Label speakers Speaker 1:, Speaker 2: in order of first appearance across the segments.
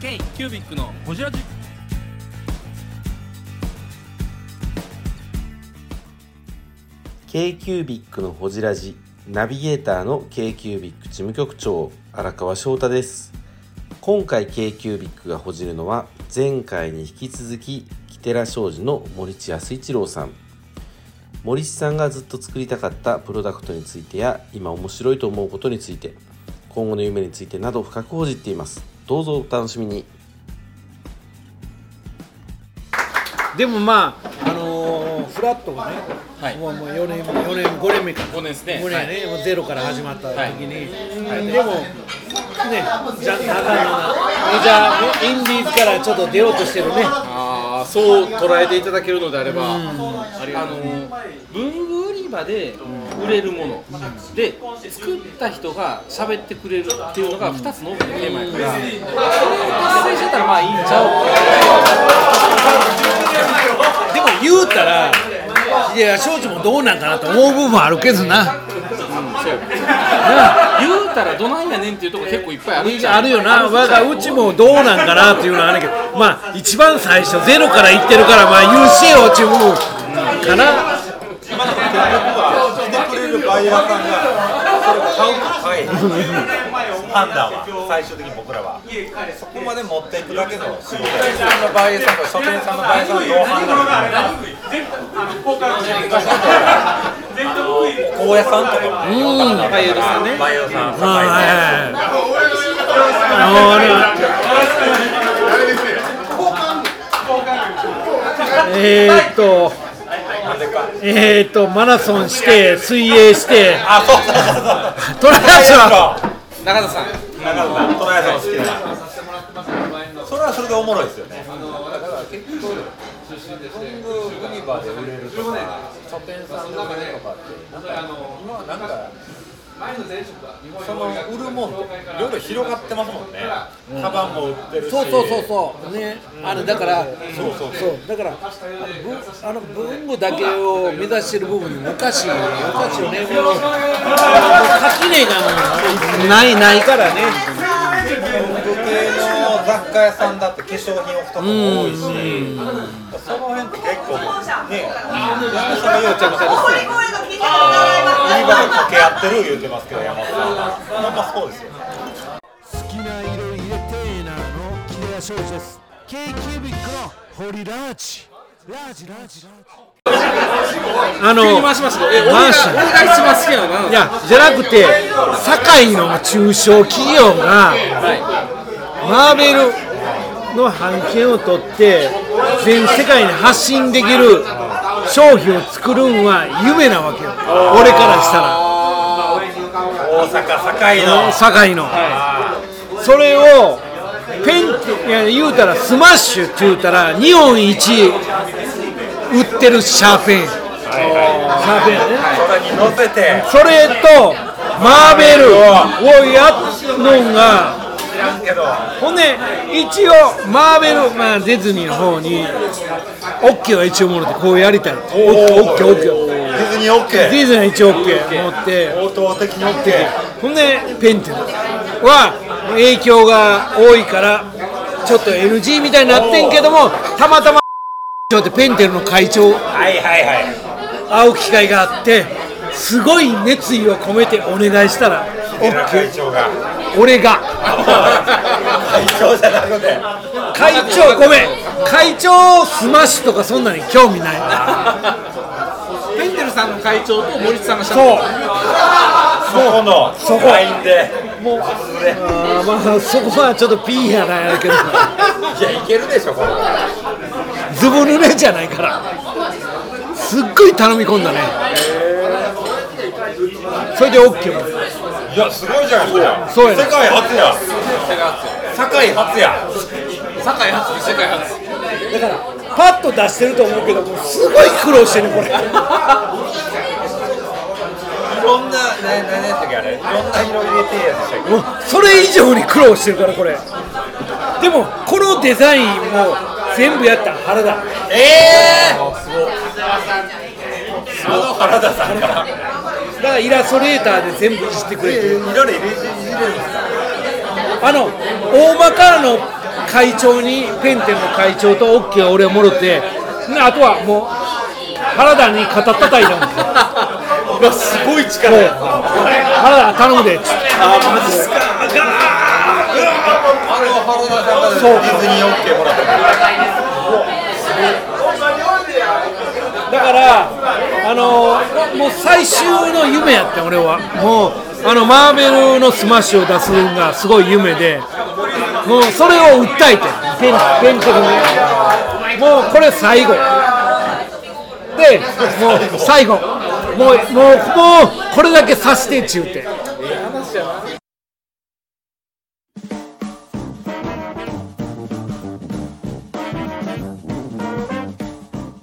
Speaker 1: K キュービックのホジラジ。
Speaker 2: k q b i c のほじラジナビゲーターの k q b i c 事務局長荒川翔太です今回 k q b i c がほじるのは前回に引き続きキテラ商事の森地康一郎さん森地さんがずっと作りたかったプロダクトについてや今面白いと思うことについて今後の夢についてなど深くほじっていますどうぞお楽しみに
Speaker 3: でもまあ、あのーフラットがね、
Speaker 1: はい
Speaker 3: もうもう4年、4年、5年目かな、
Speaker 1: 五年ですね
Speaker 3: 五年ね、もうゼロから始まった時に、でも、ね、じゃ長野な、メジャー、ねインディーズからちょっと出ようとしてるね、
Speaker 1: ああ、そう捉えていただけるのであれば、あの文具売り場で売れるもの、で作った人が喋ってくれるっていうのが二つの大きなテーマやから、それを達成してたらまあいいんちゃう。
Speaker 3: でも言うたら、いや、庄司もどうなんかなと思う部分もあるけどな、
Speaker 1: 言うたらどないやねんっていうとこ結構いっぱいあるんちゃう。
Speaker 3: あるよな、我がうちもどうなんかなっていうのはあるけど、まあ、一番最初、ゼロから言ってるから、まあ、言うしようちゅう部分かな。
Speaker 4: 来てくれるバイヤーさんがそれを買うか買えへんっていう判断は最終的に僕らはそこまで持っていくだけの仕事やそのバイヤーさんと書店さんのバイヤーさんのどう判断高野さんとか
Speaker 3: うん
Speaker 4: バイヤーさんねバイヤーさん
Speaker 3: ああ、はいはい。あのえーっと、えーっと、マラソンして、水泳して、
Speaker 4: あそうそうそうそう
Speaker 3: トライアスロン
Speaker 1: 中田さん。
Speaker 4: 中田さんトライアスロン好きなそれはそれでおもろいですよねだから結局文具売り場で売れるとか書店さんで売れるとかってなんか今はなんかその売るもんっていろいろ広がってますもんね、カバンも売ってるし
Speaker 3: そうそうそうそうね、あれだから、そうそうだからあの文あの文具だけを目指してる部分におかしいよねおかしいよねもうもう垣根がもうないないからね
Speaker 4: 文具系の雑貨屋さんだって化粧品置くとこも多いし、その辺って結構ね、山本さんがようちゃくちゃですよ売り場で掛け合ってる言ってますけど山本さんはやっぱそうですよね
Speaker 5: 好きな色入れてーなの木寺翔司です k q b i c のホリラーチラージラージラージ
Speaker 3: あの
Speaker 1: 急に回しましたけど。え、俺が
Speaker 3: 回した
Speaker 1: 俺が一番好きなのは何なん
Speaker 3: い
Speaker 1: で
Speaker 3: や
Speaker 1: すか。
Speaker 3: じゃなくて堺の中小企業がマーベルの版権を取って全世界に発信できる商品を作るんは夢なわけよ俺からしたら。
Speaker 4: 大阪堺の
Speaker 3: 堺の、それをペンいや言うたらスマッシュって言うたら日本一売ってるシャーペン、シャーペンやね、
Speaker 4: 空に乗せて
Speaker 3: それとマーベルをやっのんが
Speaker 4: 知らんけど
Speaker 3: ほんで一応マーベル、まあ、ディズニーの方にオッケーは一応もろてこうやりたいオッケーオッケーオッケー
Speaker 4: ディズニー
Speaker 3: デ
Speaker 4: OK
Speaker 3: ィズニーは一応オッケー持って
Speaker 4: 応答的に OK
Speaker 3: ほんでペンテは影響が多いからちょっと NG みたいになってんけどもたま たまってペンテルの会長
Speaker 4: はいはいはい
Speaker 3: 会う機会があってすごい熱意を込めてお願いしたら
Speaker 4: 寺会長が
Speaker 3: 俺が
Speaker 4: 会長じゃなくて
Speaker 3: 会長ごめん会長スマッシュとかそんなに興味ない
Speaker 1: ペンテルさんの会長と森内さんがしゃべ
Speaker 3: そう
Speaker 4: そこのそこラインで
Speaker 3: もうあーまあそこはちょっとピーやなんや けど
Speaker 4: いやいけるでしょこれ
Speaker 3: ズブ濡れじゃないからすっごい頼み込んだねそれで OK も
Speaker 4: いやすごいじゃないですか
Speaker 3: そうやね
Speaker 4: 世界初や世界初や
Speaker 1: 堺初世界初。
Speaker 3: だからパッと出してると思うけどもうすごい苦労してるこれ
Speaker 4: いろんな何何やったっけあれいろんな色入れてやつでしたっけ
Speaker 3: もうそれ以上に苦労してるからこれでもこのデザインも全部やった原田
Speaker 4: ええあの原田さんから
Speaker 3: だからイラストレーターで全部いじってくれてる
Speaker 4: いろいろ入れていじれるんですか
Speaker 3: あの大まかの会長にペンテの会長とオッケーを俺はもろてであとはもう原田に肩叩いた んですよ
Speaker 1: 今すごい力
Speaker 3: もう原田頼むでっつって
Speaker 4: あれは原田さんがそうディズニーオッケーもらった
Speaker 3: だからあのもう最終の夢やってん俺はもうあのマーベルのスマッシュを出すのがすごい夢でもうそれを訴えてペンペンテにもうこれ最後でもう最後もうもうもうこれだけさしてちゅうて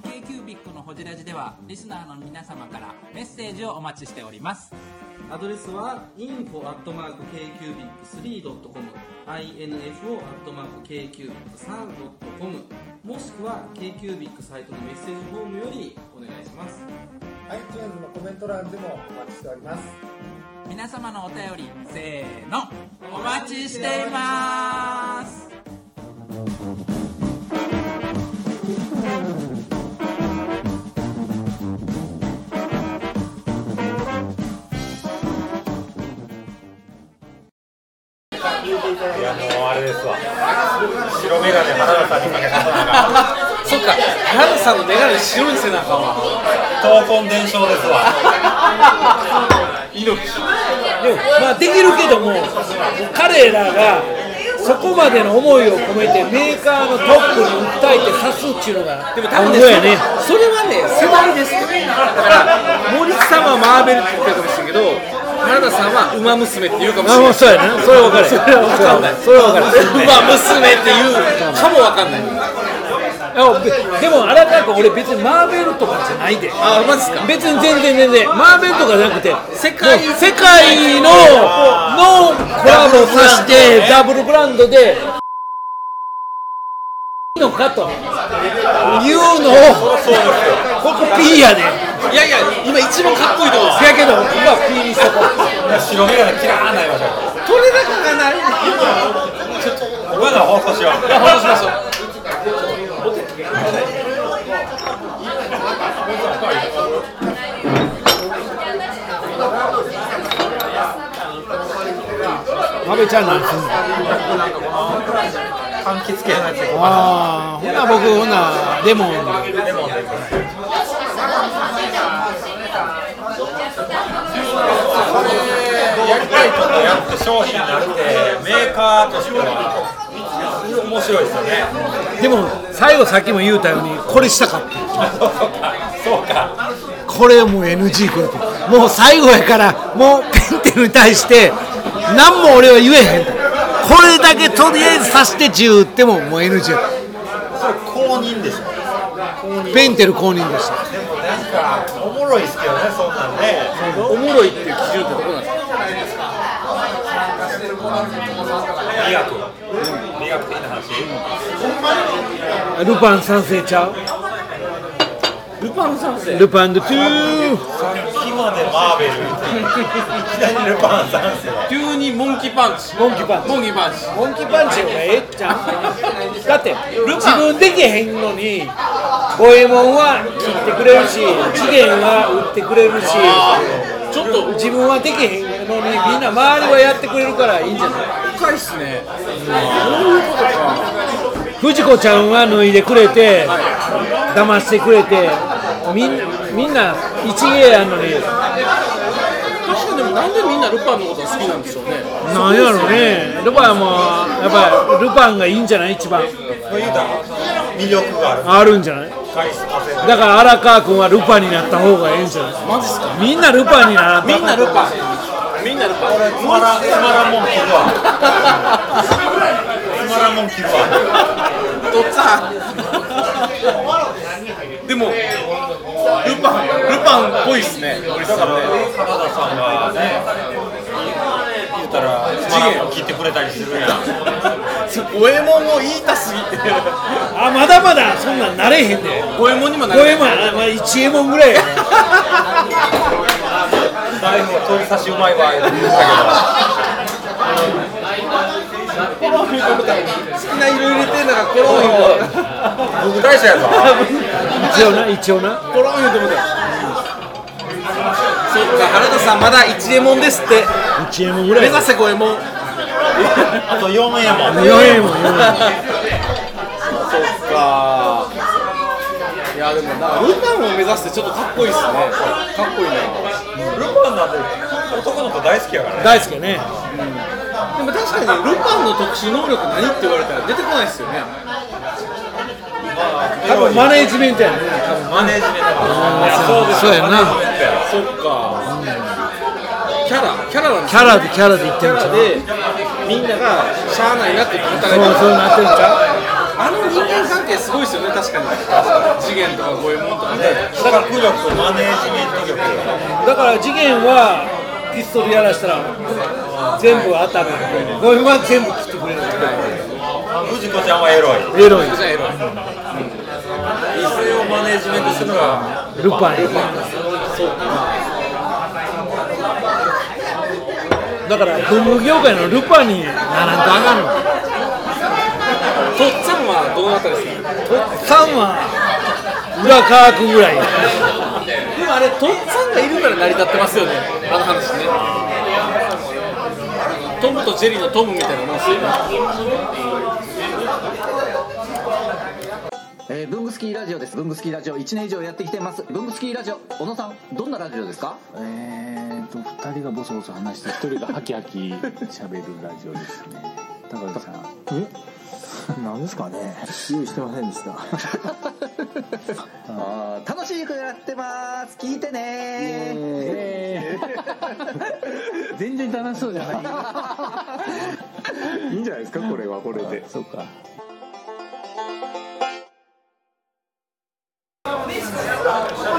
Speaker 6: k q b i c のほじラジではリスナーの皆様からメッセージをお待ちしております
Speaker 7: アドレスは info.kcubic3.com info.kcubic3.com もしくは KQBIC サイトのメッセージフォームよりお願いします
Speaker 8: iTunes のコメント欄でもお待ちしております
Speaker 6: 皆様のお便りせーのお待ちしています
Speaker 4: いやもうあれですわ白眼鏡原田さんにかけた
Speaker 1: そっか原田さんの眼鏡白い背中は
Speaker 4: 闘魂伝承ですわ
Speaker 1: 猪木
Speaker 3: でもまあできるけども彼らがそこまでの思いを込めてメーカーのトップに訴えて指すっていうのが
Speaker 1: でも多分ね
Speaker 3: 本当やね
Speaker 1: それはね世代ですよだから森さんはマーベルって言ってるかもしれんけど原田さんは「ウマ娘」って言うかもし
Speaker 3: あ
Speaker 1: れ
Speaker 3: もう
Speaker 1: ない
Speaker 3: そうやねそれは分かる
Speaker 1: それは分かんない
Speaker 3: それは分かる
Speaker 1: ウマ娘って言うかもわかんない
Speaker 3: いやでも荒川君俺別にマーベルとかじゃないで
Speaker 1: あマジっすか
Speaker 3: 別に全然全然マーベルとかじゃなくて
Speaker 1: 世界
Speaker 3: もう世界ののコラボさしてダブルブランドでいいのかというのをここ P やで
Speaker 1: いやいや今一番かっこいいとこです
Speaker 3: せやけど今 P にしとこう
Speaker 4: 白眼鏡キラーンなりました
Speaker 1: 取れ高がない
Speaker 4: 今の放送しよう
Speaker 1: 話しましょう
Speaker 3: 阿部ちゃんなんですんの
Speaker 4: 柑橘系のやつで
Speaker 3: ああほな僕ほなレモン
Speaker 4: やりたいことやって商品になるってメーカーとしては面白いですよね
Speaker 3: でも最後さっきも言うたようにこれしたかった
Speaker 4: そうかそうか
Speaker 3: これもう NG これってもう最後やからもうペンテに対して何も俺は言えへんこれだけとりあえずさして10ってももう NG や
Speaker 4: それ公認でしょ
Speaker 3: ペンテル公認でした
Speaker 4: でもなんかおもろいですけどねそんなんね
Speaker 1: おもろいっていう基準ってどこなんですか
Speaker 4: 美学美学的な話
Speaker 3: ルパン三世ちゃう
Speaker 1: ルパン三世
Speaker 3: ルパンドゥ
Speaker 4: さっきまでマーベルいきなりルパン三世
Speaker 1: 急にモンキーパンチ
Speaker 3: モンキーパンチ
Speaker 1: モンキーパンチ
Speaker 3: モンキーパンチの方がええっちゃんだって自分できへんのに五右衛門は切ってくれるし次元は打ってくれるし
Speaker 1: ちょっと
Speaker 3: 自分はできへんのにみんな周りはやってくれるからいいんじゃない
Speaker 1: 深いっすね
Speaker 3: 藤子ちゃんは脱いでくれて、騙してくれて、みんな、みんな一芸やのに、
Speaker 1: 確かにでもなんでみんなルパンのことが好きなんでしょうね
Speaker 3: なんやろね、ルパンも、やっぱりルパンがいいんじゃない、一番、
Speaker 4: 言うたら魅力がある
Speaker 3: あるんじゃない、
Speaker 4: カリスマ性
Speaker 3: だから荒川君はルパンになった方がええんじゃない、マジっすかみんなルパンになら
Speaker 1: みんなルパンみんなルパン
Speaker 4: つまらんつまらんもん切るわつまらんもん切るわ
Speaker 1: とっつぁん でもルパンルパンっぽいっすね森さんね
Speaker 4: 原田さんがね言うたらつまらんもん切ってくれたりするやん
Speaker 1: 五右衛門を言いたすぎて
Speaker 3: あ、まだまだそんなんなれへんで、
Speaker 1: 五右衛門にもな
Speaker 3: 五
Speaker 1: る
Speaker 3: 右衛門、あまあ、一右衛門ぐらいやね、
Speaker 4: 誰も取り差しうまいわ言ってたけど
Speaker 1: 好んな色入れてんだからコロン言うて
Speaker 4: 僕大社やぞ。
Speaker 3: 一応な一応な
Speaker 1: コロン言うてもうたよそっか原田さんまだ一レモンですって
Speaker 3: 1円もぐら
Speaker 1: 目
Speaker 3: い
Speaker 1: 指せ五右衛門
Speaker 9: あと4円も
Speaker 3: 4円も4円
Speaker 1: そっかいやでもなんかルパンを目指してちょっとかっこいいっすねかっこいいな
Speaker 4: ルパンなんて男の子大好きやからね。
Speaker 3: 大好きやね
Speaker 1: でも確かにルパンの特殊能力何って言われたら出てこないっすよね
Speaker 3: 多分マネージメントやね
Speaker 4: マネージメントだそうです
Speaker 3: そうやな
Speaker 4: マネージメントや
Speaker 1: そっかキャラキャラなんです
Speaker 3: キャラでキャラで言って
Speaker 1: キャ
Speaker 3: んちゃ
Speaker 1: ラ
Speaker 3: う
Speaker 1: でみんながしゃあないなって言った
Speaker 3: そ
Speaker 1: ら
Speaker 3: うそうなってんちゃう
Speaker 1: あの人間関係すごいですよね確かに次元とか五右衛門とかね
Speaker 4: だから、クジョクとマネージメント力やから。
Speaker 3: だから次元はピストルやらしたら全部当たるゴミは全部食ってくれる
Speaker 4: 藤子ちゃんはエロい。
Speaker 3: エロい
Speaker 1: じゃあエロい
Speaker 4: 一世をマネージメントするのが、
Speaker 3: ルパンやだから文具業界のルパンにならんとあかんの
Speaker 1: とっつぁんはどのあたりですか
Speaker 3: 3は裏乾くぐらい
Speaker 1: でもあれとっつぁんがいるから成り立ってますよねあの話ねトムとジェリーのトムみたいなもんそういうの
Speaker 10: えー、ブングスキーラジオです。ブングスキーラジオ1年以上やってきてます。ブングスキーラジオ、小野さん、どんなラジオですかえーと、2人がボソボソ話して、1人がハキハキ喋るラジオですね。高橋さん。えなんですかね用意してませんで した。あー楽しくやってます聞いてね全然楽しそうじゃ ないいいんじゃないですかこれはこれでそうか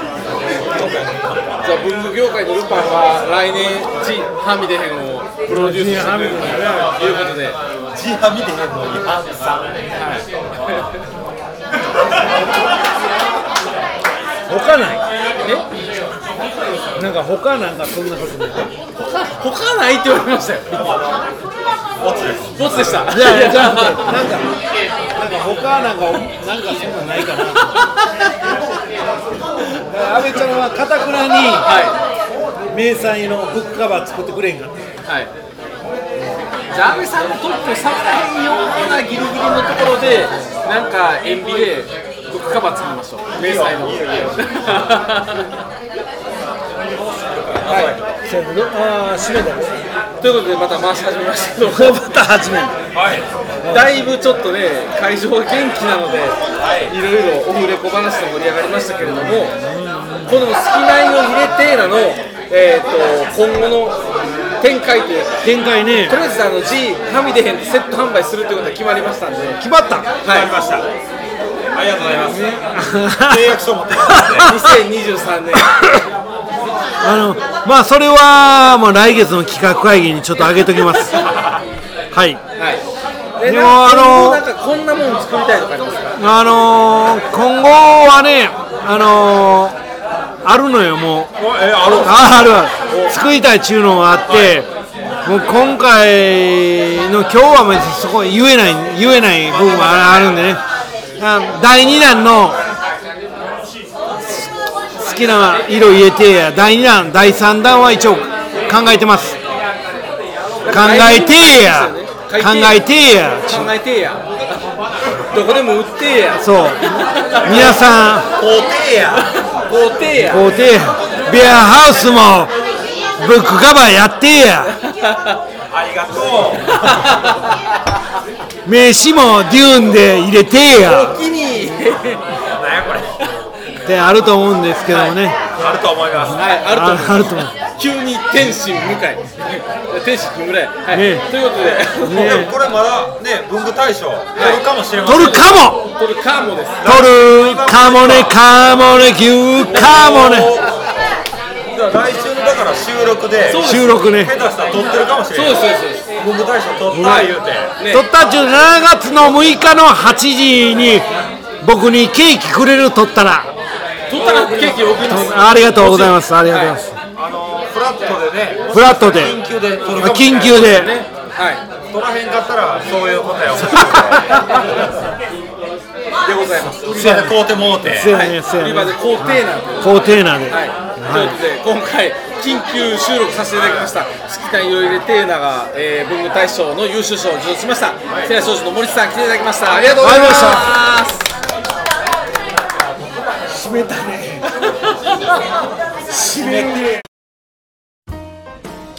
Speaker 1: じゃあ文具業界のルパンは来年ちはみ出へんをプロデュースしてくれるということで
Speaker 4: ジハ見てへんのに、ハンさん。
Speaker 3: 他ないえなんか他なんかそんなことない
Speaker 1: 他ないって言われましたよ
Speaker 4: ボツです。
Speaker 1: ボツでした
Speaker 3: じゃあじゃあなんかなんか他なんかなんかそんなないかな阿部ちゃんはかたくなに、名産のブックカバー作ってくれんかって
Speaker 1: はい。じゃあ安倍さんのトップさらへんようなギリギリのところでなんか塩ビで僕カバー作りましょう。迷彩の。はい。
Speaker 3: そうやけどああ締めたね
Speaker 1: ということでまた回し始めましたけ ど、
Speaker 3: また始める
Speaker 1: だいぶちょっとね会場が元気なので、いろいろオフレコ話で盛り上がりましたけれども、この「好きないの入れてーなの」えー、と今後の展開というか。
Speaker 3: 展開ね
Speaker 1: とりあえずあの G はみ出へんってセット販売するってことが決まりましたんで
Speaker 3: 決まった
Speaker 4: 決まりました。ありがとうございます。契約書持ってき
Speaker 1: 2023年
Speaker 3: あのまあそれはもう来月の企画会議にちょっと上げとき ますはい
Speaker 1: はいえ
Speaker 3: で
Speaker 1: で
Speaker 3: も
Speaker 1: もあ
Speaker 3: あの
Speaker 1: のなんかこんなもん作りたいとかありますか
Speaker 3: あのー、今後はねあのー、あるのよもう
Speaker 4: え、あの、
Speaker 3: ああるある作りたいっちゅうのがあって、もう今回の今日は別にそこは言えない言えない部分もああるんでねあ第2弾の好きな色入れてや第2弾第3弾は一応考えてます考えてや考えてや
Speaker 1: 考えてやどこでも売ってや
Speaker 3: そう皆さん
Speaker 1: 買うてや
Speaker 3: こうてベアハウスもブックカバーやってや
Speaker 4: ありがとう。
Speaker 3: 名刺もデューンで入れてや
Speaker 1: 気に
Speaker 4: なんやこれ。
Speaker 3: ってあると思うんですけどもね、
Speaker 4: あると思います。
Speaker 1: はいあると思います
Speaker 3: ああると思う
Speaker 1: 急に天心向かい天心君ぐらい、はい
Speaker 3: ねえ
Speaker 1: ということで、
Speaker 4: でもこれまだね、文具大賞取るかもしれません。
Speaker 3: 取るかも
Speaker 1: これカーモです
Speaker 3: 取るかもねかもね牛かもね
Speaker 4: じゃあ来週のだから収録で、下
Speaker 3: 収録ね
Speaker 4: 手したら取ってるかもしれ
Speaker 1: そう
Speaker 4: な
Speaker 1: で
Speaker 4: い
Speaker 1: す。そうですそう
Speaker 4: 文具大賞取った言うて。
Speaker 1: です
Speaker 3: 取
Speaker 1: ね
Speaker 3: ったっちゅう7月の6日の8時に僕にケーキくれる取ったら
Speaker 1: 取ったらケーキ送ります
Speaker 3: ありがとうございますありがとうございます
Speaker 4: あのフラットでね、
Speaker 3: フラットで
Speaker 4: 緊急で取るかもしれない
Speaker 3: 緊急で
Speaker 1: はい
Speaker 9: 取らへんかったらそういう答えを
Speaker 1: でございます。
Speaker 9: 売り場で買うてもうて
Speaker 3: そうやねそうやね
Speaker 1: 売り場で買うてなんて
Speaker 3: コーテーナーで、
Speaker 1: はい、ということで今回緊急収録させていただきました「月間いろいろテーナが」えー文具大賞の優秀賞を受賞しました世良商事の森さん来ていただきましたありがとうございます
Speaker 6: 締めて